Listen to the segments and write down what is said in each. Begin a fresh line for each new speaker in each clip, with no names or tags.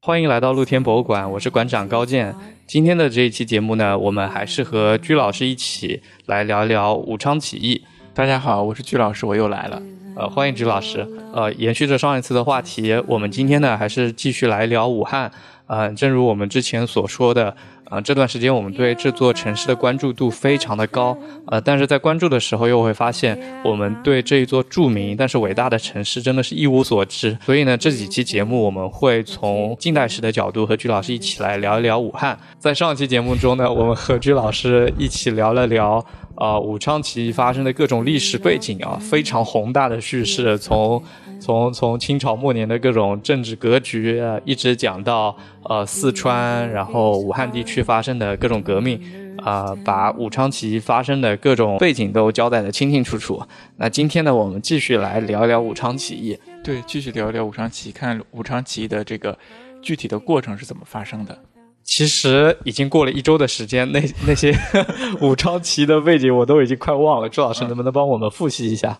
欢迎来到露天博物馆，我是馆长高健。今天的这一期节目呢，我们还是和居老师一起来聊一聊武昌起义。
大家好，我是鞠老师，我又来了。
呃，欢迎鞠老师。呃，延续着上一次的话题，我们今天呢还是继续来聊武汉。呃，正如我们之前所说的，呃，这段时间我们对这座城市的关注度非常的高。呃，但是在关注的时候，又会发现我们对这一座著名但是伟大的城市真的是一无所知。所以呢，这几期节目我们会从近代史的角度和鞠老师一起来聊一聊武汉。在上期节目中呢，我们和鞠老师一起聊了聊。啊，武昌起义发生的各种历史背景啊，非常宏大的叙事，从从从清朝末年的各种政治格局，啊、一直讲到呃四川，然后武汉地区发生的各种革命，啊、把武昌起义发生的各种背景都交代的清清楚楚。那今天呢，我们继续来聊一聊武昌起义。
对，继续聊一聊武昌起义，看武昌起义的这个具体的过程是怎么发生的。
其实已经过了一周的时间，那那些 武昌起义的背景我都已经快忘了。朱老师能不能帮我们复习一下？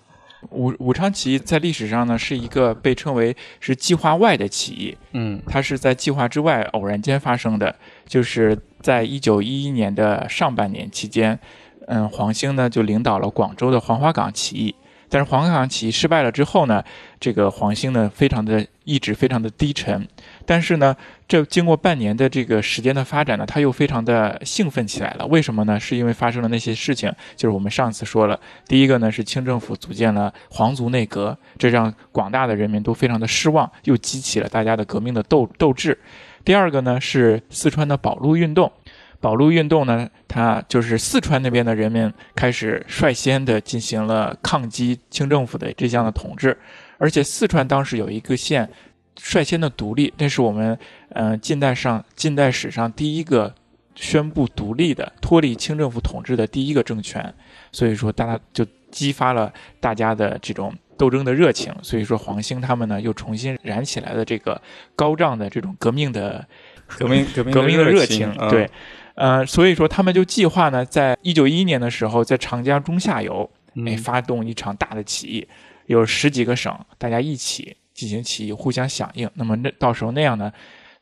武武昌起义在历史上呢是一个被称为是计划外的起义，
嗯
它是在计划之外偶然间发生的，就是在一九一一年的上半年期间，嗯，黄兴呢就领导了广州的黄花岗起义。但是黄花岗起义失败了之后呢，这个黄兴呢非常的意志非常的低沉，但是呢，这经过半年的这个时间的发展呢，他又非常的兴奋起来了。为什么呢？是因为发生了那些事情，就是我们上次说了，第一个呢是清政府组建了皇族内阁，这让广大的人民都非常的失望，又激起了大家的革命的斗斗志。第二个呢是四川的保路运动，保路运动呢，它就是四川那边的人民开始率先的进行了抗击清政府的这项的统治，而且四川当时有一个县率先的独立，那是我们呃近代上近代史上第一个宣布独立的、脱离清政府统治的第一个政权，所以说大家就激发了大家的这种斗争的热情，所以说黄兴他们呢又重新燃起来了这个高涨的这种革命的
革 命革命
革命的热
情嗯
情，，对，呃，所以说他们就计划呢，在一九一一年的时候，在长江中下游，哎，
嗯
发动一场大的起义，有十几个省，大家一起进行起义，互相响应。那么那到时候那样呢，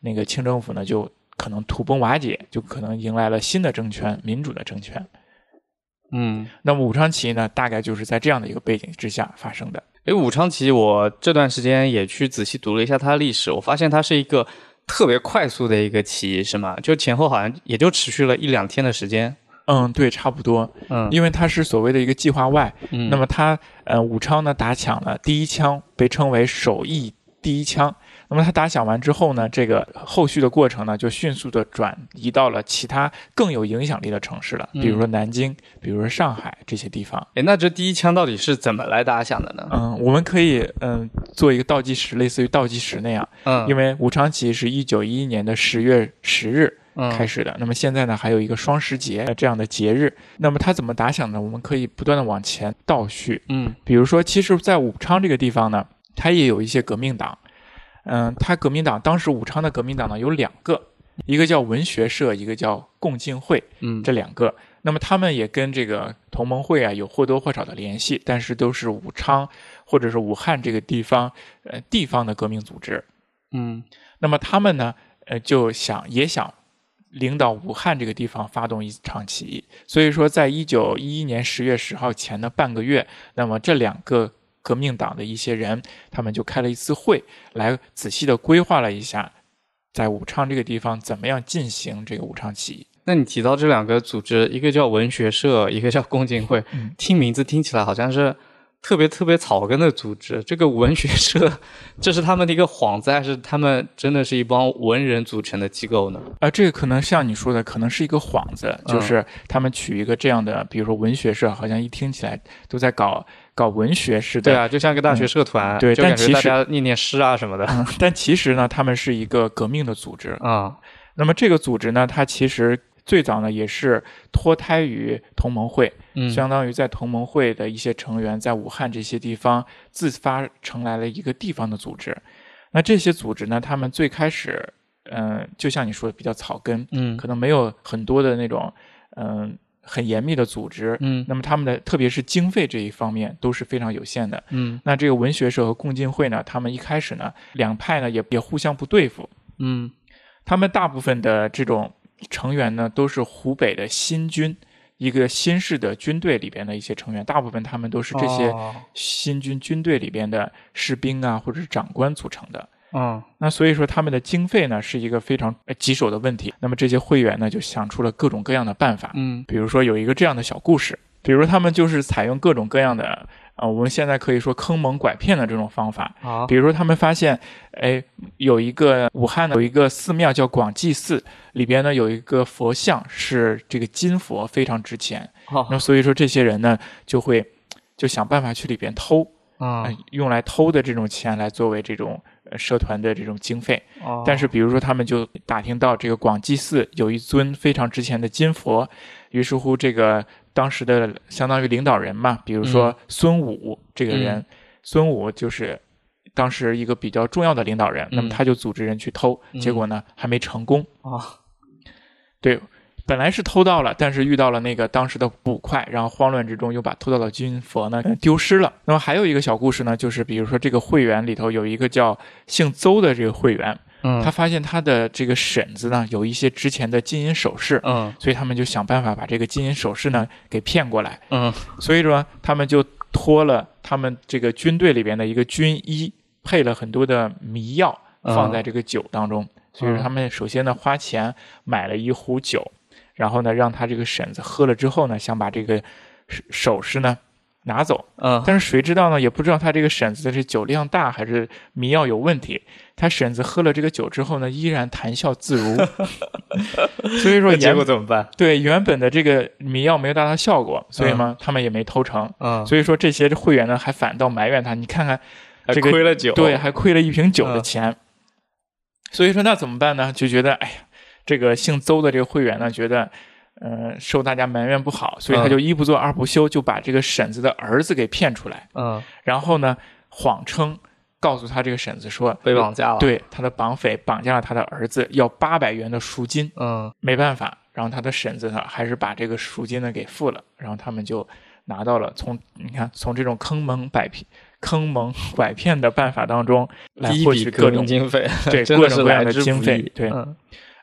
那个清政府呢就可能土崩瓦解，就可能迎来了新的政权，民主的政权。
嗯。
那么武昌起义呢，大概就是在这样的一个背景之下发生的。
诶，哎武昌起义，我这段时间也去仔细读了一下它的历史，我发现它是一个特别快速的一个起义，是吗？就前后好像也就持续了一两天的时间。
嗯，对，差不多，
嗯，
因为它是所谓的一个计划外，
嗯
那么他呃，武昌呢打响了第一枪，被称为首义第一枪。那么他打响完之后呢，这个后续的过程呢，就迅速的转移到了其他更有影响力的城市了，比
嗯
如说南京，比如说上海这些地方。
诶，哎那这第一枪到底是怎么来打响的呢？
嗯，我们可以嗯、做一个倒计时，类似于倒计时那样，
嗯，
啊因为武昌起义是一九一一年的十月十日，
为
开
始，
始的。那么现在呢，还有一个双十节呃这样的节日。那么它怎么打响呢？我们可以不断的往前倒叙。
嗯
比如说，其实，在武昌这个地方呢，它也有一些革命党。嗯，它革命党当时武昌的革命党呢有两个，一个叫文学社，一个叫共进会，
嗯，
这两个。那么他们也跟这个同盟会啊有或多或少的联系，但是都是武昌或者是武汉这个地方呃地方的革命组织。
嗯
那么他们呢，呃，就想也想领导武汉这个地方发动一场起义。所以说，在一九一一年十月十号前的半个月，那么这两个革命党的一些人，他们就开了一次会，来仔细的规划了一下，在武昌这个地方怎么样进行这个武昌起义。
那你提到这两个组织，一个叫文学社，一个叫共进会，
嗯
听名字听起来好像是特别特别草根的组织。这个文学社，这是他们的一个幌子，还是他们真的是一帮文人组成的机构呢？
啊，这个可能像你说的，可能是一个幌子，
嗯
就是他们取一个这样的，比如说文学社，好像一听起来都在搞搞文学似的
对，啊，就像一个大学社团，
嗯对
就感
但
觉
其
大
实
家念念诗啊什么 的。
嗯但其实呢，他们是一个革命的组织。
啊，
那么这个组织呢，它其实最早呢也是脱胎于同盟会，
嗯
相当于在同盟会的一些成员在武汉这些地方自发成来了一个地方的组织。那这些组织呢，他们最开始，嗯、就像你说的比较草根，
嗯
可能没有很多的那种，嗯、很严密的组织。
嗯
那么他们的特别是经费这一方面都是非常有限的。
嗯
那这个文学社和共进会呢，他们一开始呢，两派呢也也互相不对付，
嗯
他们大部分的这种成员呢，都是湖北的新军，一个新式的军队里边的一些成员，大部分他们都是这些
哦
新军军队里边的士兵啊，或者是长官组成的。
嗯
那所以说，他们的经费呢是一个非常呃棘手的问题。那么这些会员呢，就想出了各种各样的办法，
嗯
比如说有一个这样的小故事，比如他们就是采用各种各样的，呃，我们现在可以说坑蒙拐骗的这种方法。
好
比如说他们发现，哎，有一个武汉呢有一个寺庙叫广济寺，里边呢有一个佛像是这个金佛，非常值钱。
好
那所以说这些人呢就会就想办法去里边偷，
啊
呃，用来偷的这种钱来作为这种呃社团的这种经费。
哦
但是比如说他们就打听到这个广济寺有一尊非常值钱的金佛，于是乎这个当时的相当于领导人嘛，比如说孙武这个人，
嗯
孙武就是当时一个比较重要的领导人，那
嗯
么他就组织人去偷，结果呢还没成功，
啊
对。本来是偷到了，但是遇到了那个当时的捕快，然后慌乱之中又把偷到的金佛呢呃丢失了。那么还有一个小故事呢，就是比如说这个会员里头有一个叫姓邹的这个会员，
嗯
他发现他的这个婶子呢有一些值钱的金银首饰，
嗯
所以他们就想办法把这个金银首饰呢给骗过来。
嗯
所以说他们就托了他们这个军队里边的一个军医，配了很多的迷药
嗯
放在这个酒当中。所以说他们首先呢花钱买了一壶酒，然后呢让他这个婶子喝了之后呢，想把这个首首饰呢拿走。
嗯
但是谁知道呢？也不知道他这个婶子的这酒量大还是迷药有问题。他婶子喝了这个酒之后呢，依然谈笑自 如。所以说
那结
原
果怎么办？
对原本的这个迷药没有达到效果，所以嘛，他们也没偷成。
嗯，
所以说这些会员呢，还反倒埋怨他，你看看，
还
这个
亏了酒，
对，还亏了一瓶酒的
嗯
钱。所以说那怎么办呢？就觉得哎呀，这个姓邹的这个会员呢，觉得。嗯，受大家埋怨不好，所以他
嗯
就一不做二不休，就把这个婶子的儿子给骗出来。
嗯，
然后呢，谎称告诉他这个婶子说
被绑架了，，
对，他的绑匪绑架了他的儿子，要八百元的赎金。
嗯
没办法，然后他的婶子呢，还是把这个赎金呢给付了，然后他们就拿到了从你看从这种坑蒙拐骗、坑蒙拐骗的办法当中来
第一
获
笔
取
革
各
命
种
经费，
对
真
各
的
种
是
各样
来
的
之
经
不
费
易，
对
嗯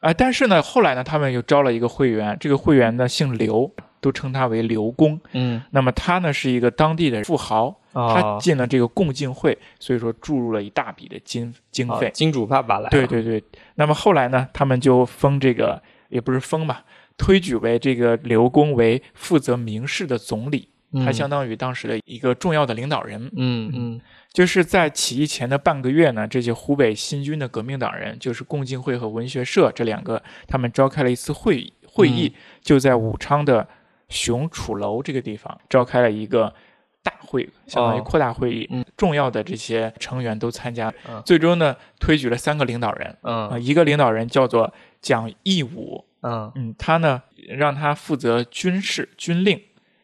啊、但是呢，后来呢，他们又招了一个会员，这个会员呢姓刘，都称他为刘公。
嗯，
那么他呢是一个当地的富豪，他
哦
进了这个共进会，所以说注入了一大笔的经经
哦
费。
金主爸爸来了，
对对对。那么后来呢，他们就封这个也不是封吧，推举为这个刘公为负责明事的总理，
嗯，
他相当于当时的一个重要的领导人。
嗯嗯
就是在起义前的半个月呢，这些湖北新军的革命党人，就是共进会和文学社这两个，他们召开了一次会议，会议
嗯
就在武昌的熊楚楼这个地方召开了一个大会，相当于
哦
扩大会议，
嗯
重要的这些成员都参加，
嗯
最终呢推举了三个领导人，啊、
嗯
一个领导人叫做蒋义武，
嗯
嗯，他呢让他负责军事军令，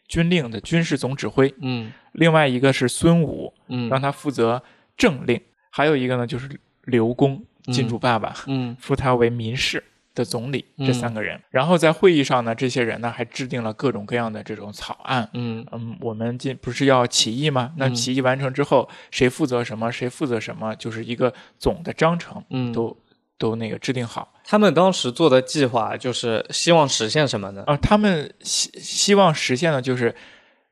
军令的军事总指挥，
嗯
另外一个是孙武，
嗯，
让他负责政令，还有一个呢就是刘公
嗯
金主爸爸，
嗯
封他为民事的总理，这
嗯
三个人。然后在会议上呢，这些人呢还制定了各种各样的这种草案。
嗯
嗯，我们今不是要起义吗？那
嗯
起义完成之后，谁负责什么，谁负责什么，就是一个总的章程，
嗯，
都都那个制定好。
他们当时做的计划就是希望实现什么呢？
啊，他们希希望实现的就是，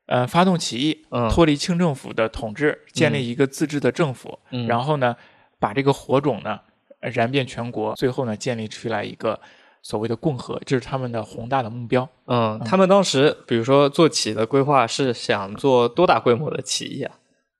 呃，发动起义，
嗯
脱离清政府的统治，建立一个自治的政府，
嗯
然后呢，把这个火种呢呃燃遍全国，最后呢，建立出来一个所谓的共和，这是他们的宏大的目标。
嗯，他们当时比如说做起的规划是想做多大规模的起义啊？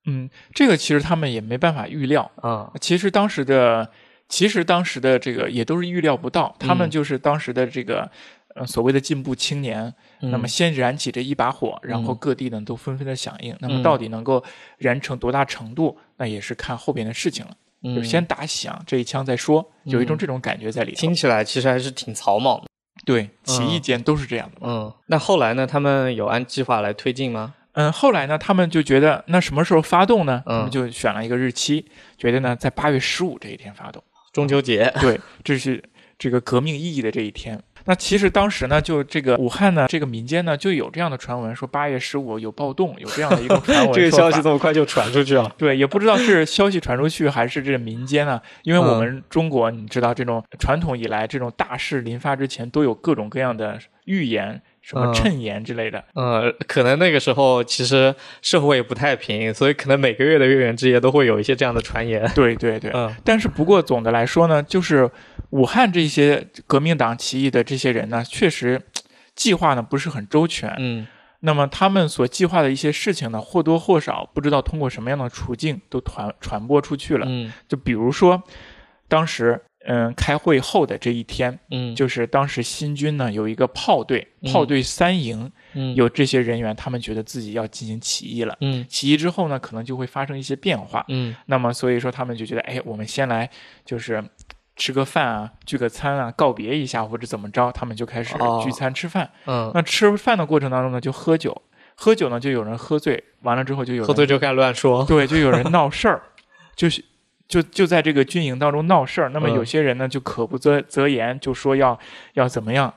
嗯，这个其实他们也没办法预料，
嗯
其实当时的，其实当时的这个也都是预料不到，他们
嗯
就是当时的这个。呃，所谓的进步青年，那么
嗯
先燃起这一把火，然后各地呢都纷纷的响应。
嗯
那么到底能够燃成多大程度，那也是看后边的事情了。就
嗯，
先打响这一枪再说，有一种这种感觉在里头。
听起来其实还是挺草莽的。
对，起义
嗯
间都是这样的。
嗯，那后来呢？他们有按计划来推进吗？
嗯，后来呢，他们就觉得那什么时候发动呢？
嗯
他们就选了一个日期，觉得呢在八月十五这一天发动。
中秋节，
对，这是这个革命意义的这一天。那其实当时呢，就这个武汉呢，这个民间呢就有这样的传闻，说八月十五有暴动，有这样的一个传闻。
这个消息
说法
这么快就传出去啊了，
对，也不知道是消息传出去还是这民间呢，因为
嗯
我们中国，你知道这种传统以来，这种大事临发之前都有各种各样的预言，什么
嗯
谶言之类的。
呃，可能那个时候其实社会也不太平，所以可能每个月的月圆之夜都会有一些这样的传言。
对对对，
嗯
但是不过总的来说呢，就是武汉这些革命党起义的这些人呢，确实计划呢不是很周全。
嗯
那么他们所计划的一些事情呢，或多或少不知道通过什么样的途径都传传播出去了。
嗯
就比如说，当时嗯开会后的这一天，
嗯，
就是当时新军呢有一个炮队，
嗯
炮队三营
嗯
有这些人员，他们觉得自己要进行起义了。
嗯
起义之后呢，可能就会发生一些变化。
嗯
那么所以说他们就觉得，哎，我们先来就是吃个饭啊，聚个餐啊，告别一下或者怎么着，他们就开始
哦
聚餐吃饭。
嗯，
那吃饭的过程当中呢，就喝酒，喝酒呢就有人喝醉，完了之后就有人
喝醉就开始乱 说。
对，就有人闹事儿，就是。就就在这个军营当中闹事儿，那么
嗯
有些人呢就口不择择言，就说要要怎么样，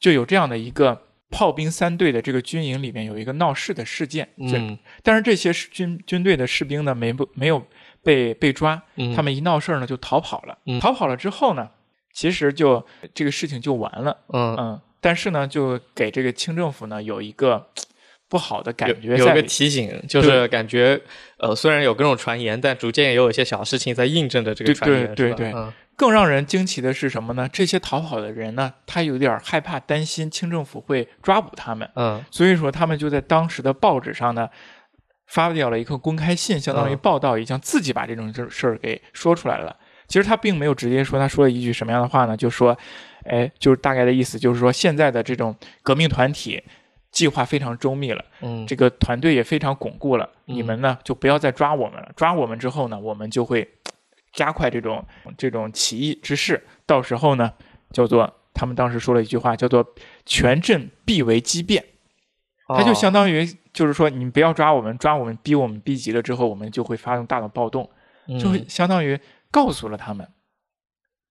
就有这样的一个炮兵三队的这个军营里面有一个闹事的事件，就
嗯
但是这些士军军队的士兵呢，没不没有被被抓，
嗯，
他们一闹事儿呢就逃跑了。
嗯
逃跑了之后呢，其实就这个事情就完了。
嗯
嗯，但是呢，就给这个清政府呢有一个嘖不好的感觉
有有
在
一个
里。
提醒，就是感觉呃虽然有各种传言，但逐渐也有一些小事情在印证着这个
对
传言。
对
是吧
对对
嗯
更让人惊奇的是什么呢？这些逃跑的人呢，他有点害怕、担心清政府会抓捕他们，
嗯
所以说他们就在当时的报纸上呢。发表了一个公开信，相当于
嗯
报道一样，自己把这种事事儿给说出来了。其实他并没有直接说，他说了一句什么样的话呢？就说，哎，就是大概的意思，就是说现在的这种革命团体计划非常周密了，
嗯
这个团队也非常巩固了，
嗯
你们呢就不要再抓我们了，抓我们之后呢，我们就会加快这种这种起义之势，到时候呢，叫做他们当时说了一句话，叫做“全镇必为激变”，它就
哦
相当于就是说你不要抓我们，抓我们逼我们逼急了之后，我们就会发动大的暴动，就会
嗯
相当于告诉了他们，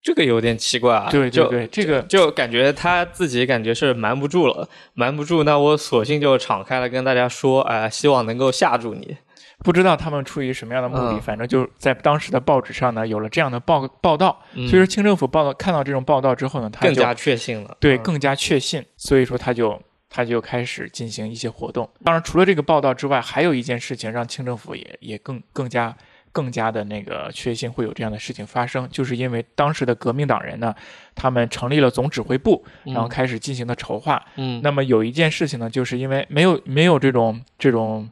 这个有点奇怪啊。
对对
就
对，这个
就感觉他自己感觉是瞒不住了，瞒不住，那我索性就敞开了跟大家说，啊、希望能够吓住你。
不知道他们出于什么样的目的，
嗯
反正就是在当时的报纸上呢有了这样的报报道。
嗯
所以说，清政府报道看到这种报道之后呢，他
更
就
加确信了。
对
嗯
更加确信，所以说他就他就开始进行一些活动。当然，除了这个报道之外，还有一件事情让清政府也也更更加更加的那个确信会有这样的事情发生，就是因为当时的革命党人呢，他们成立了总指挥部，然后开始进行的筹划。
嗯，
那么有一件事情呢，就是因为没有没有这种这种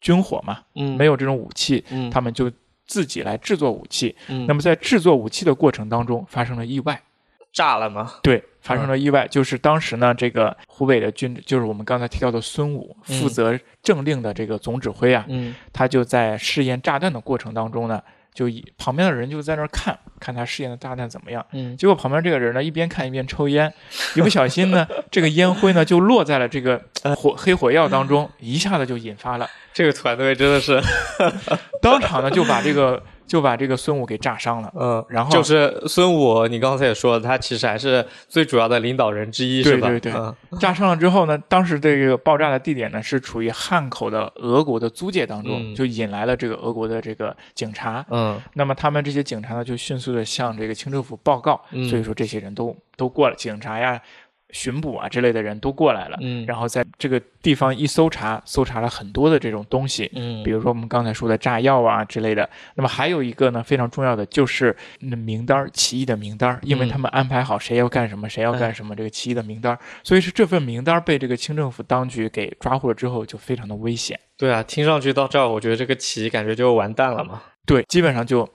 军火嘛，
嗯
没，有这种武器，
嗯，
他们就自己来制作武器。
嗯
那么在制作武器的过程当中发生了意外，
炸了吗？
对，发生了意外，就是当时呢，这个湖北的军，就是我们刚才提到的孙武，
嗯
负责政令的这个总指挥啊，
嗯
他就在试验炸弹的过程当中呢，就以旁边的人就在那儿看看他试验的炸弹怎么样。
嗯，
结果旁边这个人呢，一边看一边抽烟，一不小心呢，这个烟灰呢就落在了这个呃火黑火药当中，一下子就引发了，
这个团队真的是，
当场呢就把这个就把这个孙武给炸伤了。
嗯，
然后
就是孙武，你刚才也说了，他其实还是最主要的领导人之一，
对
是吧？
对对
嗯
炸伤了之后呢，当时这个爆炸的地点呢是处于汉口的俄国的租界当中，
嗯
就引来了这个俄国的这个警察。
嗯
那么他们这些警察呢，就迅速的向这个清政府报告，
嗯
所以说这些人都都过了，警察呀、巡捕啊之类的人都过来了。
嗯
然后在这个地方一搜查，搜查了很多的这种东西，
嗯
比如说我们刚才说的炸药啊之类的。那么还有一个呢，非常重要的就是嗯名单儿，起义的名单儿，因为
嗯
他们安排好谁要干什么，谁要干什么，这个起义的名单儿。所以是这份名单儿被这个清政府当局给抓获了之后，就非常的危险。
对啊，听上去到这儿，我觉得这个棋感觉就完蛋了嘛。
对，基本上就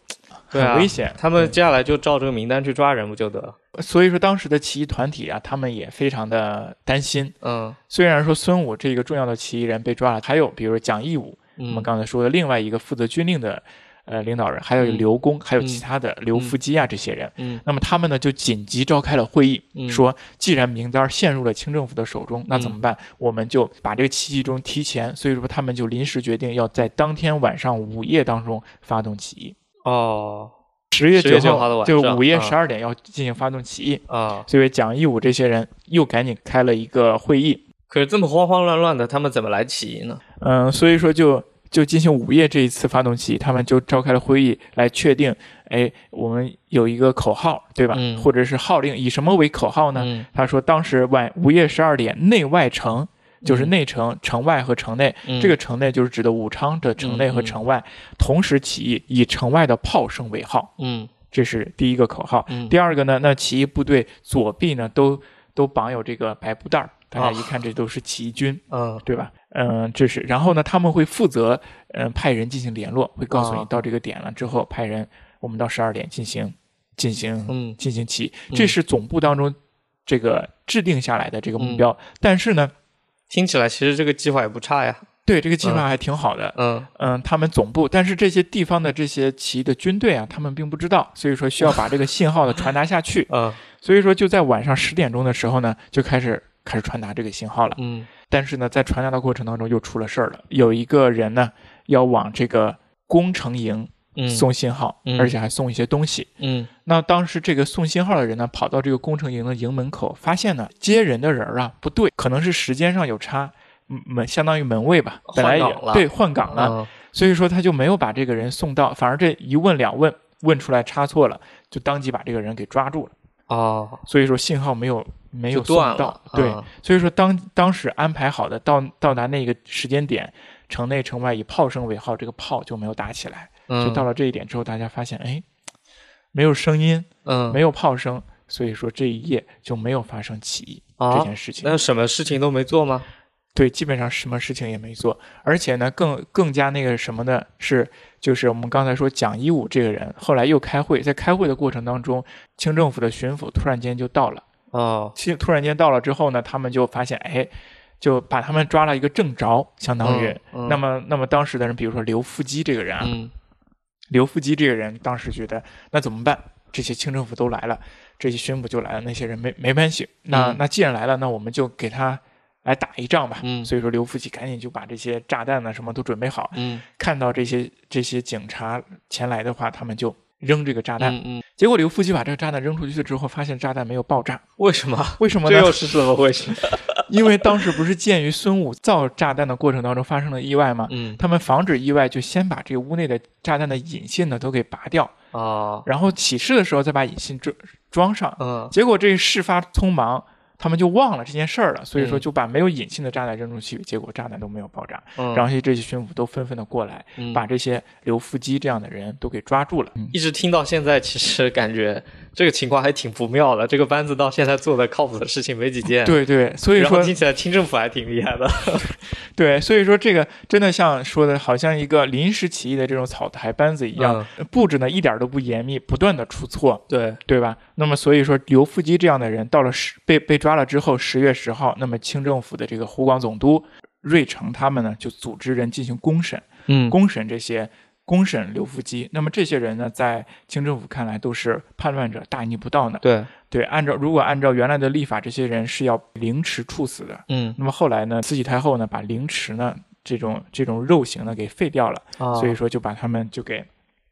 对啊
很危险。
他们接下来就照这个名单去抓人不就得了？
所以说当时的起义团体啊，他们也非常的呃担心。
嗯
虽然说孙武这个重要的起义人被抓了，还有比如蒋义武，我们
嗯
刚才说的另外一个负责军令的呃领导人，还有
嗯
刘公，还有
嗯
其他的刘福基啊这些人。
嗯
那么他们呢就紧急召开了会议，
嗯
说既然名单陷入了清政府的手中，那怎么办？我们就把这个起义中提前，所以说他们就临时决定要在当天晚上午夜当中发动起义。
哦，
十月
10月
九
9号的晚
就
上
午夜
啊
十二点要进行发动起义，
啊。
所以蒋义武这些人又赶紧开了一个会议，
可是这么慌慌乱乱的，他们怎么来起义呢？
嗯，所以说就就进行午夜这一次发动起义，他们就召开了会议来确定，哎，我们有一个口号，对吧？
嗯
或者是号令，以什么为口号呢？
嗯
他说当时晚午夜十二点，内外城就是
嗯
内城、城外和城内，
嗯
这个城内就是指的武昌的城内和城外同时起义，以城外的炮声为号，
嗯
这是第一个口号。
嗯
第二个呢，那起义部队左臂呢都都绑有这个白布袋儿，大
哦
家一看这都是起义军，
嗯
对吧？嗯、这是。然后呢，他们会负责嗯、呃派人进行联络，会告诉你
啊
到这个点了之后，派人我们到十二点进行进行
嗯
进行起
嗯
义，这是总部当中这个制定下来的这个目
嗯
标。但是呢，
听起来其实这个计划也不差呀。
对这个计划还挺好的。
嗯
嗯，他们总部，但是这些地方的这些起义的军队啊，他们并不知道，所以说需要把这个信号呢传达 下去。
嗯
所以说就在晚上十点钟的时候呢，就开始开始传达这个信号了。
嗯
但是呢，在传达的过程当中又出了事儿了，有一个人呢要往这个工程营
嗯
送信号，
嗯
而且还送一些东西。
嗯
那当时这个送信号的人呢，跑到这个工程营的营门口，发现呢接人的人儿啊不对，可能是时间上有差，嗯门相当于门卫吧，本来也
换岗了
对换岗了，
嗯
所以说他就没有把这个人送到，反而这一问两问问出来差错了，就当即把这个人给抓住了。
哦，
所以说信号没有没有
就
送
断
到
了，。
对，
嗯
所以说当当时安排好的到到达那个时间点，城内城外以炮声为号，这个炮就没有打起来。
嗯，
就到了这一点之后，大家发现哎，没有声音，
嗯
没有炮声，所以说这一夜就没有发生起义这
啊，
件事情。
那什么事情都没做吗？
对，基本上什么事情也没做，而且呢，更更加那个什么的是，就是我们刚才说蒋一武这个人，后来又开会，在开会的过程当中，清政府的巡抚突然间就到 了，
哦，
清突然间到了之后呢，他们就发现，哎，就把他们抓了一个正着，相当于。
嗯，嗯
那么，那么当时的人，比如说刘复基这个人啊，
嗯
刘复基这个人当时觉得那怎么办？这些清政府都来了，这些巡捕就来了，那些人没没关系。那
嗯
那既然来了，那我们就给他来打一仗吧。
嗯
所以说刘复基赶紧就把这些炸弹啊呢什么都准备好，
嗯
看到这些这些警察前来的话，他们就扔这个炸弹。
嗯嗯，
结果刘复基把这个炸弹扔出去之后，发现炸弹没有爆炸，
为什么？
为什么
这
呢？
又是怎么回 事？
因为当时不是鉴于孙武造炸弹的过程当中发生了意外吗？
嗯
他们防止意外，就先把这个屋内的炸弹的引信呢都给拔掉。
啊
然后起事的时候再把引信装装上。
嗯
结果这事发匆忙，他们就忘了这件事儿了，所以说
嗯
就把没有引信的炸弹扔出去，结果炸弹都没有爆炸。
嗯，
然后这些巡抚都纷纷的过来，
嗯
把这些刘福基这样的人都给抓住了。
一直听到现在，其实感觉这个情况还挺不妙的。这个班子到现在做的靠谱的事情没几件，，
对对，所以
然后
说
听起来清政府还挺厉害的。
对，所以说这个真的像说的，好像一个临时起义的这种草台班子一样，
嗯
布置呢一点儿都不严密，不断的出错。
对，
对吧？那么所以说，刘复基这样的人到了十被被抓了之后，十月十号，那么清政府的这个湖广总督芮成他们呢，就组织人进行公审，
嗯
公审这些公审刘复基。那么这些人呢，在清政府看来都是叛乱者，大逆不道呢。
对，
对，按照如果按照原来的立法，这些人是要凌迟处死的。
嗯，
那么后来呢，慈禧太后呢，把凌迟呢这种这种肉刑呢给废掉了，
啊
所以说就把他们就给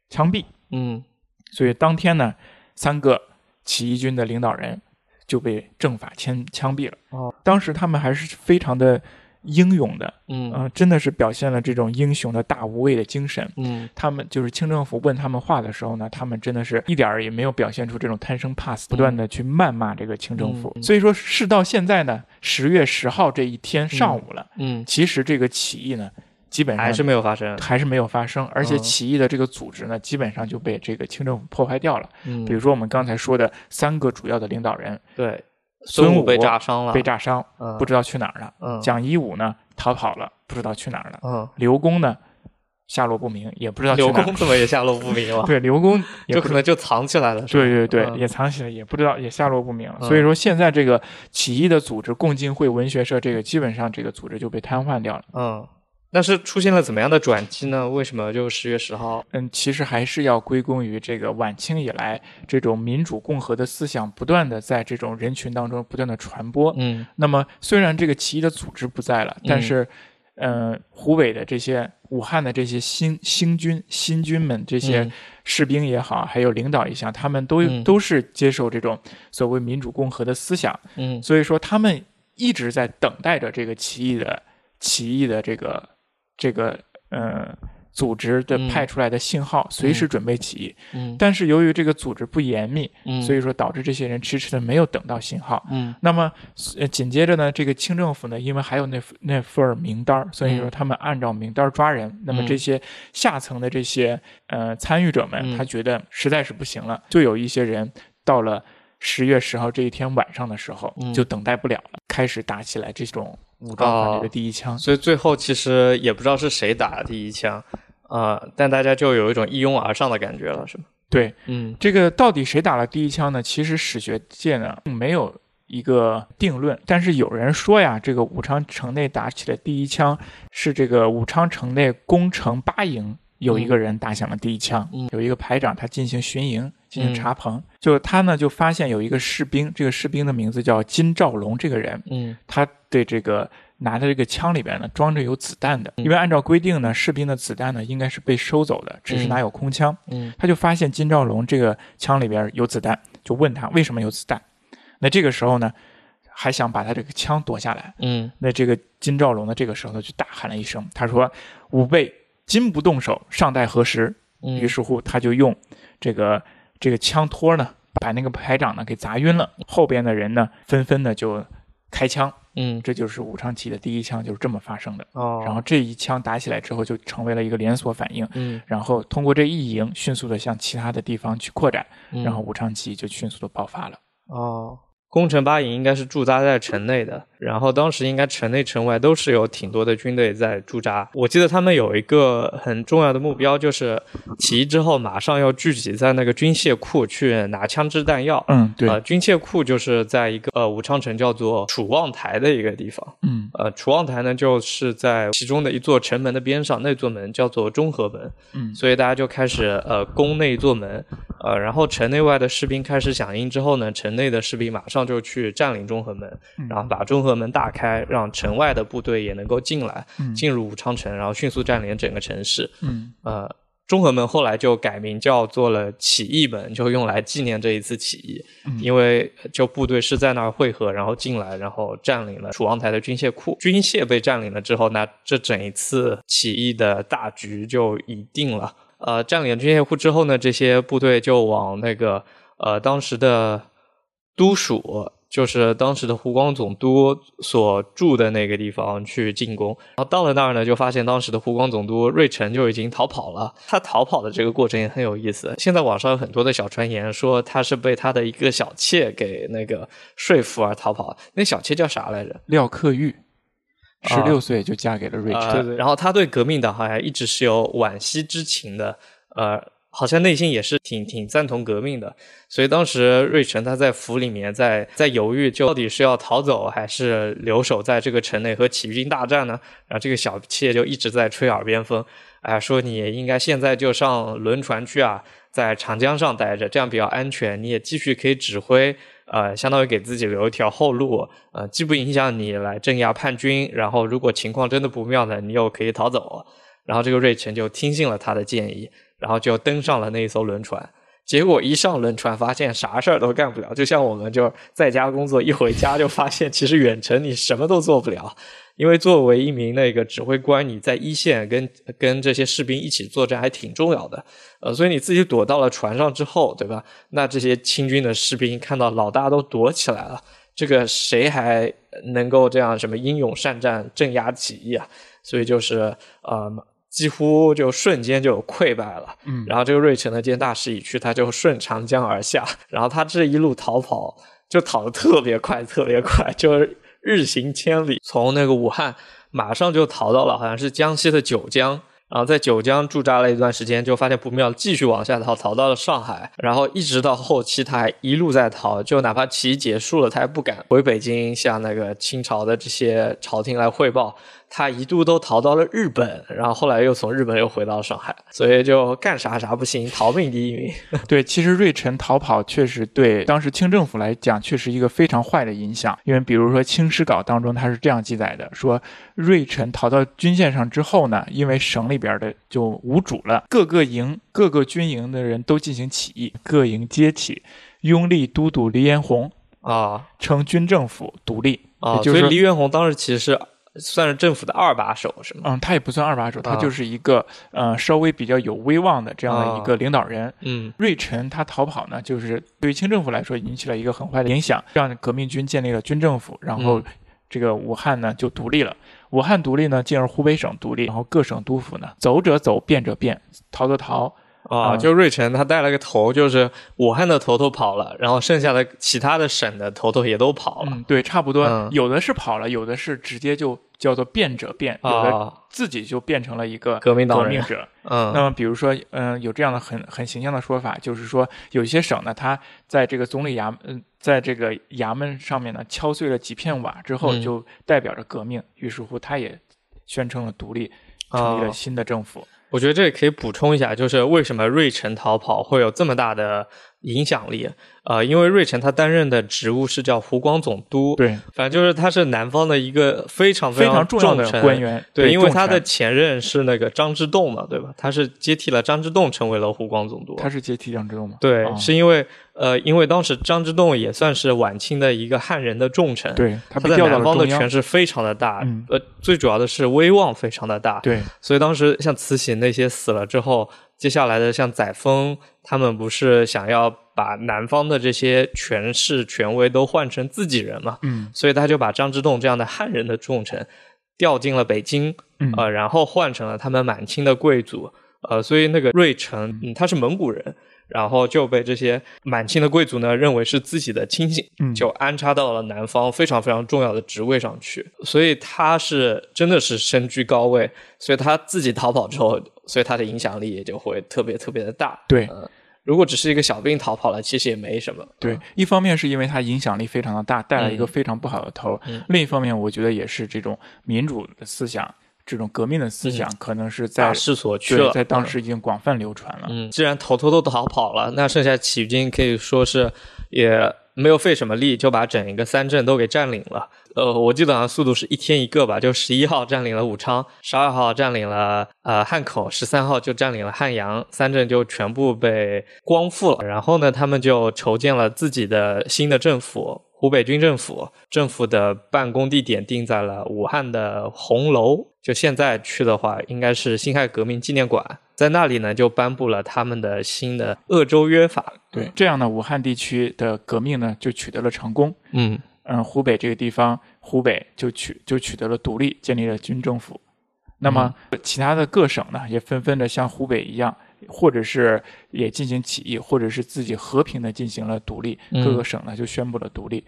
枪毙。
嗯，
所以当天呢，三个起义军的领导人就被政法枪枪毙了。
哦，
当时他们还是非常的英勇的，
嗯
嗯、真的是表现了这种英雄的大无畏的精神。
嗯
他们就是清政府问他们话的时候呢，他们真的是一点儿也没有表现出这种贪生怕死，不断的去谩骂这个清政府。
嗯
所以说，事到现在呢，十月十号这一天上午了，
嗯，
其实这个起义呢，基本上
还是没有发生。
还是没有发生，而且
嗯
起义的这个组织呢，基本上就被这个清政府破坏掉了。
嗯
比如说我们刚才说的三个主要的领导人，
对，
孙
孙
武
武被炸伤了，
被炸伤，
嗯，
不知道去哪儿了；
嗯
蒋一武呢逃跑了，不知道去哪儿了；
嗯，
刘公呢下落不明，也不知道去
刘
哪儿
公
了。
怎么也下落不明 了？
对，刘公也
就可
不知道。
能就藏起来了。是吧
对对对，
嗯
也藏起来，也不知道，也下落不明了。
嗯
所以说，现在这个起义的组织共进会文学社，这个基本上这个组织就被瘫痪掉了。
嗯，但是出现了怎么样的转机呢？为什么就十月十号？
嗯，其实还是要归功于这个晚清以来这种民主共和的思想不断的在这种人群当中不断的传播。
嗯
那么虽然这个起义的组织不在了，但是，呃，湖北的这些武汉的这些新新军新军们，这些
嗯
士兵也好，还有领导也好，他们都、
嗯
都是接受这种所谓民主共和的思想，
嗯
所以说他们一直在等待着这个起义的起义的这个这个呃组织的
嗯
派出来的信号，随时准备起义。
嗯
但是由于这个组织不严密，
嗯，
所
以
以说导致这些人迟迟的没有等到信号。
嗯
那么，呃，紧接着呢，这个清政府呢，因为还有那那份名单儿，所以说他们按照名单儿抓人。那么这些下层的这些呃参与者们，
嗯
他觉得实在是不行了，就有一些人到了十月十号这一天晚上的时候，
嗯
就等待不了了，开始打起来这种武装
哦
反击的第一枪。
所以最后其实也不知道是谁打的第一枪，呃，但大家就有一种一拥而上的感觉了，是吗？
对，
嗯
这个到底谁打了第一枪呢？其实史学界呢并没有一个定论，但是有人说呀，这个武昌城内打起的第一枪是这个武昌城内工程八营有一个人打响了第一枪，
嗯
有一个排长他进行巡营。进行
嗯
查棚，就他呢就发现有一个士兵，这个士兵的名字叫金兆龙，这个人
嗯
他对这个拿的这个枪里边呢装着有子弹的，
嗯
因为按照规定呢，士兵的子弹呢应该是被收走的，只是
嗯
拿有空枪。
嗯
他就发现金兆龙这个枪里边有子弹，就问他为什么有子弹。那这个时候呢，还想把他这个枪夺下来。
嗯
那这个金兆龙呢，这个时候呢就大喊了一声，他说：“吾辈今不动手，尚待何时？”
嗯，
于是乎，他就用这个这个枪托呢，把那个排长呢给砸晕了。后边的人呢，纷纷的就开枪。
嗯
这就是武昌起义的第一枪，就是这么发生的。
哦，
然后这一枪打起来之后，就成为了一个连锁反应。
嗯，
然后通过这一营，迅速的向其他的地方去扩展，
嗯
然后武昌起义就迅速的爆发了。
哦，宫城八营应该是驻扎在城内的，然后当时应该城内城外都是有挺多的军队在驻扎。我记得他们有一个很重要的目标，就是起义之后马上要聚集在那个军械库去拿枪支弹药。
嗯，对，
呃，军械库就是在一个呃武昌城叫做楚望台的一个地方。
嗯
呃，楚望台呢，就是在其中的一座城门的边上，那座门叫做中和门。
嗯
所以大家就开始呃攻那一座门，呃，然后城内外的士兵开始响应之后呢，城内的士兵马上就去占领中和门，
嗯
然后把中和门打开，让城外的部队也能够进来，
嗯
进入武昌城，然后迅速占领整个城市。
嗯
呃，中和门后来就改名叫做了起义门，就用来纪念这一次起义，
嗯
因为就部队是在那儿汇合，然后进来，然后占领了楚王台的军械库，军械被占领了之后，那这整一次起义的大局就已定了。呃，占领军械库之后呢，这些部队就往那个呃当时的都署，就是当时的湖广总督所住的那个地方去进攻。然后到了那儿呢，就发现当时的湖广总督芮成就已经逃跑了。他逃跑的这个过程也很有意思。现在网上有很多的小传言说他是被他的一个小妾给那个说服而逃跑。那小妾叫啥来着？
廖克玉十
啊
六岁就嫁给了瑞
呃
成，
然后他对革命党好像一直是有惋惜之情的，呃，好像内心也是挺挺赞同革命的。所以当时芮成他在府里面在在犹豫，就到底是要逃走还是留守在这个城内和起义军大战呢？然后这个小妾就一直在吹耳边风，哎、说你应该现在就上轮船去啊，在长江上待着，这样比较安全，你也继续可以指挥。呃，相当于给自己留一条后路，呃，既不影响你来镇压叛军，然后如果情况真的不妙呢，你又可以逃走。然后这个瑞成就听信了他的建议，然后就登上了那一艘轮船。结果一上轮船，发现啥事儿都干不了，就像我们就是在家工作，一回家就发现其实远程你什么都做不了，因为作为一名那个指挥官，你在一线跟跟这些士兵一起作战还挺重要的，呃，所以你自己躲到了船上之后，对吧？那这些清军的士兵看到老大都躲起来了，这个谁还能够这样什么英勇善战镇压起义啊？所以就是呃，几乎就瞬间就溃败了。
嗯
然后这个瑞成呢，见大势已去，他就顺长江而下。 然后他这一路逃跑，就逃得特别快，特别快，就是日行千里，从那个武汉马上就逃到了好像是江西的九江。然后在九江驻扎了一段时间，就发现不妙，继续往下逃，逃到了上海，然后一直到后期，他还一路在逃，就哪怕起义结束了，他也不敢回北京向那个清朝的这些朝廷来汇报，他一度都逃到了日本，然后后来又从日本又回到上海，所以就干啥啥不行，逃命第一名。
对，其实瑞辰逃跑确实对当时清政府来讲，确实一个非常坏的影响。因为比如说《清史稿》当中，它是这样记载的：说瑞辰逃到军线上之后呢，因为省里边的就无主了，各个营、各个军营的人都进行起义，各营皆起，拥立都督黎元洪，
啊
称军政府独立。
啊！
也就是
所
说
以黎元洪当时其实是算是政府的二把手，是吗？
嗯，他也不算二把手，他
啊
就是一个、呃稍微比较有威望的这样的一个领导人。
嗯
瑞辰他逃跑呢，就是对于清政府来说引起了一个很坏的影响，让革命军建立了军政府，然后
嗯
这个武汉呢就独立了。武汉独立呢，进而湖北省独立，然后各省督府呢，走者走，变者变，逃的逃，
啊，
啊
就瑞辰他带了个头，就是武汉的头头跑了，然后剩下的其他的省的头头也都跑了
嗯，对，差不多，
嗯
有的是跑了，有的是直接就叫做变者变，有的
啊，
自己就变成了一个
革命党
革
人
命，者。那
嗯
么，比如说，嗯、有这样的很很形象的说法，就是说，有一些省呢，它在这个总理衙门，嗯、在这个衙门上面呢，敲碎了几片瓦之后，
嗯
就代表着革命，于是乎，他也宣称了独立，成立
啊
了，新的政府。
我觉得这里可以补充一下，就是为什么瑞辰逃跑会有这么大的影响力？呃，因为瑞辰他担任的职务是叫湖广总督，，
对，
反正就是他是南方的一个非常
非
常
常重要的
臣
官。员，
对，因为他的
重
前任是那个张之洞嘛，对吧？他是接替了张之洞，成为了湖广总督。
臣他是接替张之洞吗？
对，
啊
是因为呃，因为当时张之洞也算是晚清的一个汉人的重臣，，
对，
他
他被
在
调到
南
了
方的
中央
权。势非常的大，
嗯
呃，最主要的是威望非常的大，
对，
所以当时像慈禧那些死了之后，接下来的像载沣他们不是想要把南方的这些权势权威都换成自己人嘛，
嗯
所以他就把张之洞这样的汉人的重臣调进了北京，
嗯
呃，然后换成了他们满清的贵族，呃，所以那个瑞辰，嗯，他是蒙古人，然后就被这些满清的贵族呢认为是自己的亲信，
嗯
就安插到了南方非常非常重要的职位上去，所以他是真的是身居高位，所以他自己逃跑之后，所以他的影响力也就会特别特别的大。
对
如果只是一个小兵逃跑了，其实也没什么。
对，一方面是因为它影响力非常的大，带来一个非常不好的头；
嗯
另一方面，我觉得也是这种民主的思想，这种革命的思想，可能是
嗯
在
大势所趋
对
了，
在当
嗯
时已经广泛流传了。
嗯，既然头头都逃跑了，那剩下起义军可以说是也没有费什么力就把整一个三镇都给占领了。呃，我记得好像速度是一天一个吧，就十一号占领了武昌，十二号占领了呃汉口，十三号就占领了汉阳，三镇就全部被光复了。然后呢，他们就筹建了自己的新的政府。湖北军政府政府的办公地点定在了武汉的红楼，就现在去的话，应该是辛亥革命纪念馆。在那里呢，就颁布了他们的新的鄂州约法。
对，这样呢，武汉地区的革命呢就取得了成功。
嗯，
嗯，湖北这个地方，湖北就取就取得了独立，建立了军政府。那么，
嗯
其他的各省呢，也纷纷的像湖北一样，或者是也进行起义，或者是自己和平的进行了独立。
嗯
各个省呢就宣布了独立。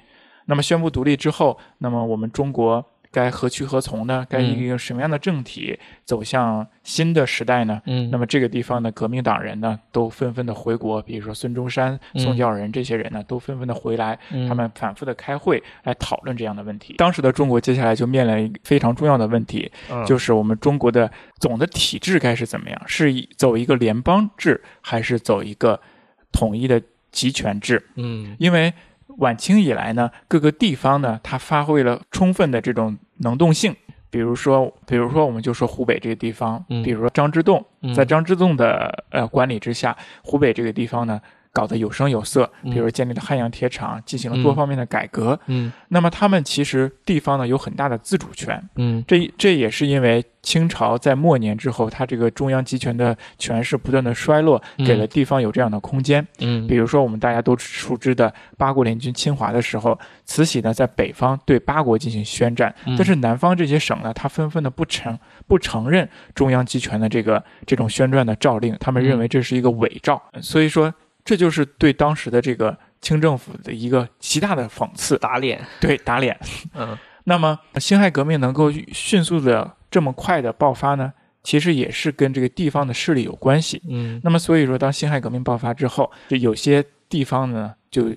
那么宣布独立之后，那么我们中国该何去何从呢？该
嗯
一个什么样的政体走向新的时代呢？
嗯
那么这个地方的革命党人呢，都纷纷的回国，比如说孙中山、宋教仁这些人呢，都纷纷的回来，
嗯
他们反复的开会来讨论这样的问题。当时的中国接下来就面临一个非常重要的问题，
嗯
就是我们中国的总的体制该是怎么样？是以走一个联邦制，还是走一个统一的集权制？
嗯
因为晚清以来呢，各个地方呢，它发挥了充分的这种能动性。比如说，比如说，我们就说湖北这个地方，
嗯
比如说张之洞，
嗯
在张之洞的呃管理之下，湖北这个地方呢搞得有声有色，
嗯
比如建立了汉阳铁厂，进行了多
嗯
方面的改革。
嗯
那么他们其实地方呢有很大的自主权，
嗯
这这也是因为清朝在末年之后，它这个中央集权的权势不断的衰落，
嗯
给了地方有这样的空间。
嗯
比如说我们大家都熟知的八国联军侵华的时候，慈禧呢在北方对八国进行宣战，
嗯
但是南方这些省呢，他纷纷的不承不承认中央集权的这个这种宣战的诏令，他们认
嗯
为这是一个伪诏，所以说这就是对当时的这个清政府的一个极大的讽刺，
打脸，
对打脸。
嗯
那么辛亥革命能够迅速的这么快的爆发呢，其实也是跟这个地方的势力有关系。
嗯
那么所以说，当辛亥革命爆发之后，就有些地方呢就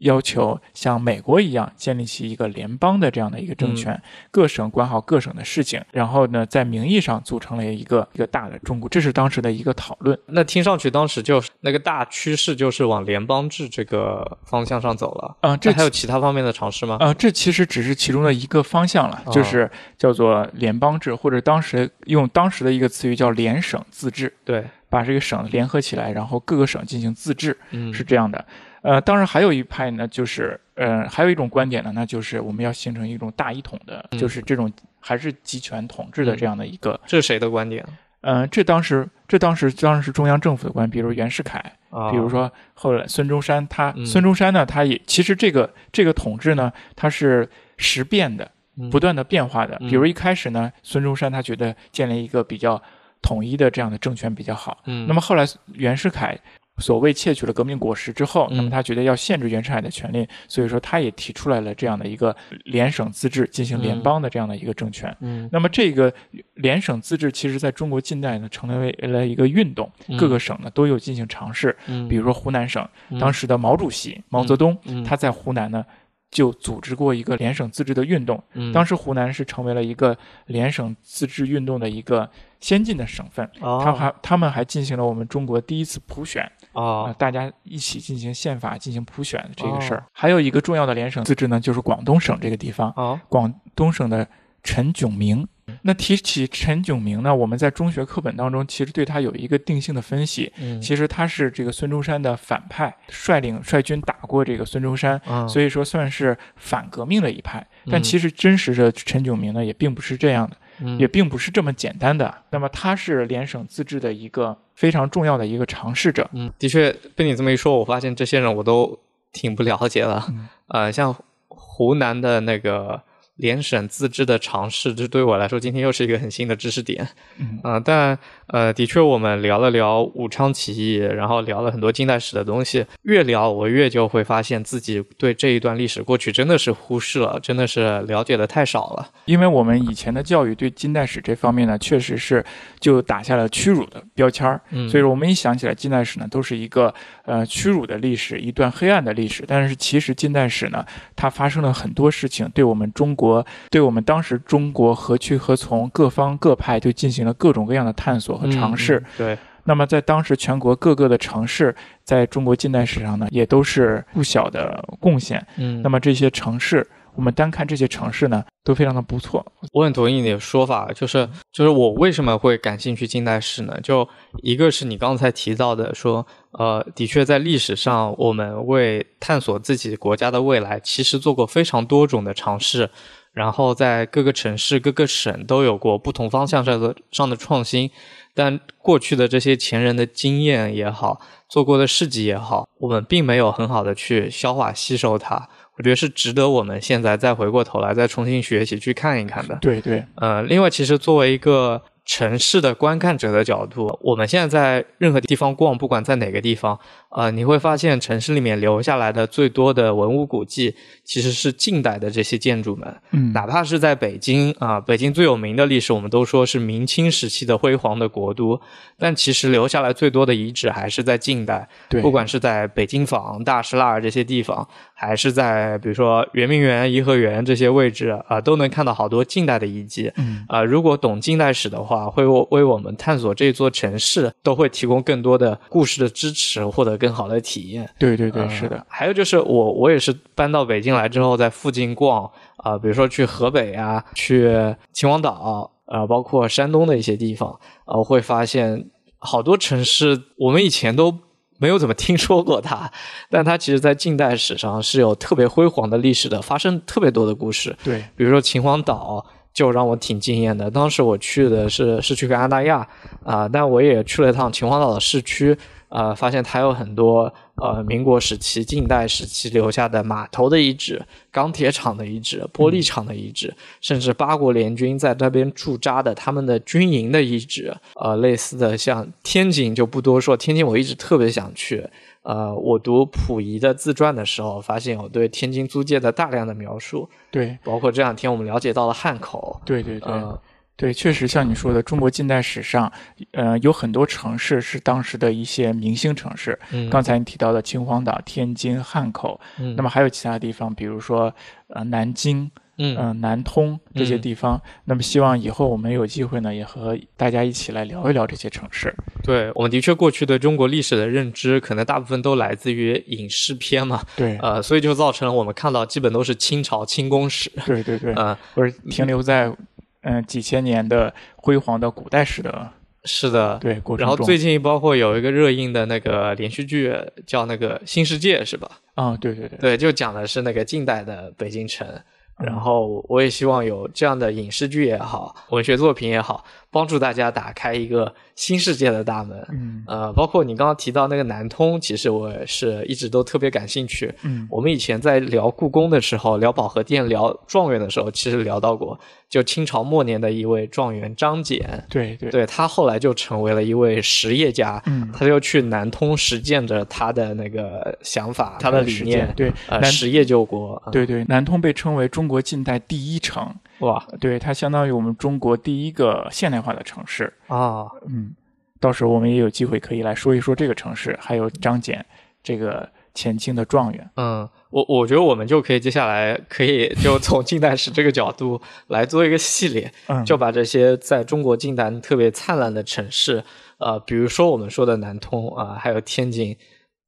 要求像美国一样建立起一个联邦的这样的一个政权，
嗯
各省管好各省的事情，然后呢，在名义上组成了一个一个大的中国，这是当时的一个讨论。
那听上去当时就是那个大趋势就是往联邦制这个方向上走了。
啊、这
那还有其他方面的尝试吗？
呃，这其实只是其中的一个方向了，
哦
就是叫做联邦制，或者当时用当时的一个词语叫联省自治，
对，
把这个省联合起来，然后各个省进行自治，
嗯
是这样的。呃，当然还有一派呢，就是呃，还有一种观点呢，那就是我们要形成一种大一统的，
嗯
就是这种还是集权统治的这样的一个，
这是谁的观点
呃，这当时这当时当时是中央政府的官，比如袁世凯，
啊？
比如说后来孙中山他，
嗯
孙中山呢，他也其实这个这个统治呢，它是时变的，
嗯
不断的变化的。
嗯
比如一开始呢，孙中山他觉得建立一个比较统一的这样的政权比较好。
嗯，
那么后来袁世凯所谓窃取了革命果实之后，
嗯
那么他觉得要限制袁世凯的权利，所以说他也提出来了这样的一个联省自治进行联邦的这样的一个政权。
嗯
那么这个联省自治，其实在中国近代呢，成为了一个运动，
嗯
各个省呢都有进行尝试。
嗯，
比如说湖南省，
嗯
当时的毛主席毛泽东，
嗯
他在湖南呢就组织过一个联省自治的运动。
嗯
当时湖南是成为了一个联省自治运动的一个先进的省份，
哦
他还他们还进行了我们中国第一次普选啊、
哦
大家一起进行宪法进行普选的这个事儿。
哦
还有一个重要的联省自治呢，就是广东省这个地方，
哦
广东省的陈炯明。那提起陈炯明呢，我们在中学课本当中其实对他有一个定性的分析，
嗯
其实他是这个孙中山的反派，率领率军打过这个孙中山，
啊
所以说算是反革命的一派。但
嗯
其实真实的陈炯明呢，也并不是这样的，
嗯
也并不是这么简单的。那么他是联省自治的一个非常重要的一个尝试者。
嗯，的确，被你这么一说，我发现这些人我都挺不了解的。
嗯
呃，像湖南的那个联省自治的尝试，这对我来说今天又是一个很新的知识点。
嗯
啊、但呃，的确，我们聊了聊武昌起义，然后聊了很多近代史的东西。越聊，我越就会发现自己对这一段历史过去真的是忽视了，真的是了解的太少了。
因为我们以前的教育对近代史这方面呢，确实是就打下了屈辱的标签儿，
嗯
所以说我们一想起来近代史呢，都是一个呃屈辱的历史，一段黑暗的历史。但是其实近代史呢，它发生了很多事情，对我们中国，对我们当时中国何去何从，各方各派就进行了各种各样的探索和尝试。
嗯对，
那么在当时全国各个的城市，在中国近代史上呢，也都是不小的贡献。
嗯
那么这些城市，我们单看这些城市呢，都非常的不错。
我很同意你的说法，就是就是我为什么会感兴趣近代史呢？就一个是你刚才提到的说，呃，的确在历史上，我们为探索自己国家的未来，其实做过非常多种的尝试，然后在各个城市、各个省都有过不同方向上的上的创新。但过去的这些前人的经验也好，做过的事迹也好，我们并没有很好的去消化吸收它。我觉得是值得我们现在再回过头来，再重新学习去看一看的。
对对，
呃，另外，其实作为一个城市的观看者的角度，我们现在在任何地方逛，不管在哪个地方，呃，你会发现城市里面留下来的最多的文物古迹，其实是近代的这些建筑们。
嗯
哪怕是在北京啊、北京最有名的历史，我们都说是明清时期的辉煌的国都，但其实留下来最多的遗址还是在近代。
对，
不管是在北京坊、大石栏儿这些地方，还是在比如说圆明园、颐和园这些位置啊、都能看到好多近代的遗迹。
嗯
啊、如果懂近代史的话，会为为我们探索这座城市都会提供更多的故事的支持，获得更好的体验。
对对对，
呃
是的，
还有就是我我也是搬到北京来之后，在附近逛啊、比如说去河北啊，去秦皇岛啊、包括山东的一些地方啊、我会发现好多城市我们以前都没有怎么听说过它，但它其实在近代史上是有特别辉煌的历史的，发生特别多的故事。
对，
比如说秦皇岛就让我挺惊艳的。当时我去的是是去个阿那亚啊、但我也去了一趟秦皇岛的市区，呃，发现它有很多呃民国时期、近代时期留下的码头的遗址、钢铁厂的遗址、玻璃厂的遗址，甚至八国联军在那边驻扎的他们的军营的遗址。呃，类似的像天津就不多说，天津我一直特别想去。呃，我读溥仪的自传的时候，发现有对天津租界的大量的描述，
对，
包括这两天我们了解到了汉口，
对对对，
嗯，
对，确实像你说的，中国近代史上，呃，有很多城市是当时的一些明星城市。
嗯
刚才你提到的秦皇岛、天津、汉口，
嗯
那么还有其他地方，比如说呃南京、
嗯
嗯，南通这些
嗯
地方。那么希望以后我们有机会呢，也和大家一起来聊一聊这些城市。
对，我们的确过去对中国历史的认知，可能大部分都来自于影视片嘛，
对，
呃，所以就造成了我们看到基本都是清朝清宫史，
对对对，
呃，
或者停留在嗯、几千年的辉煌的古代啊史的
是的。
对过程
然后
中
最近包括有一个热映的那个连续剧叫那个《新世界》，是吧？
啊、对对对，
对，就讲的是那个近代的北京城。
嗯
然后我也希望有这样的影视剧也好，文学作品也好，帮助大家打开一个新世界的大门。
嗯
呃，包括你刚刚提到那个南通，其实我也是一直都特别感兴趣。
嗯
我们以前在聊故宫的时候，聊保和殿、聊状元的时候，其实聊到过，就清朝末年的一位状元张謇，
对对
对他后来就成为了一位实业家，
嗯
他就去南通实践着他的那个想法、他的理
时
念
间，对
呃，
南
实业救国，嗯
对对，南通被称为中国近代第一城，
哇
对它相当于我们中国第一个现代化的城市。
啊，
嗯，到时候我们也有机会可以来说一说这个城市，还有张謇这个前清的状元。
嗯，我我觉得我们就可以接下来可以就从近代史这个角度来做一个系列，
嗯，
就把这些在中国近代特别灿烂的城市，呃，比如说我们说的南通啊、还有天津、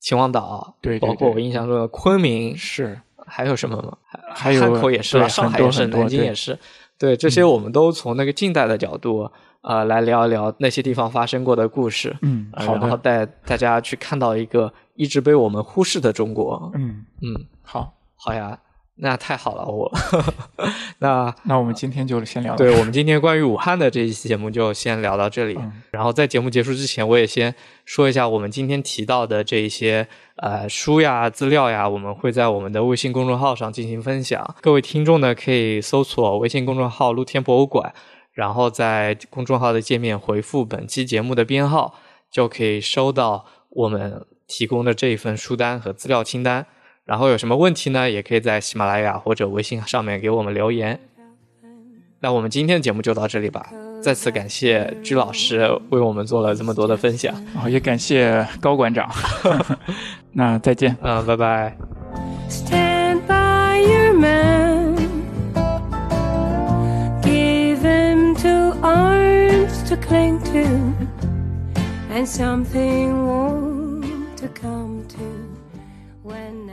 秦皇岛，
对对
包括
对
我印象中的昆明，
是
还有什么吗？
还有
汉口也是吧，
对嗯
上海
很多
也是，
很多
南京也是，对这些我们都从那个近代的角度，呃，来聊一聊那些地方发生过的故事，
嗯，
呃
好
然后
的，
带大家去看到一个一直被我们忽视的中国。
嗯，
嗯，
好，
好呀，那太好了，我 那。
那我们今天就先聊到
对
这儿
我们今天关于武汉的这一期节目就先聊到这里，
嗯
然后在节目结束之前，我也先说一下我们今天提到的这一些呃书呀、资料呀，我们会在我们的微信公众号上进行分享。各位听众呢，可以搜索微信公众号“露天博物馆”，然后在公众号的界面回复本期节目的编号，就可以收到我们提供的这一份书单和资料清单。然后有什么问题呢，也可以在喜马拉雅或者微信上面给我们留言。那我们今天的节目就到这里吧，再次感谢鞠老师为我们做了这么多的分享。
好，也感谢高馆长。 那再见。
嗯，拜拜。
Stand by your man. Give him two arms to cling to and something warm to come to when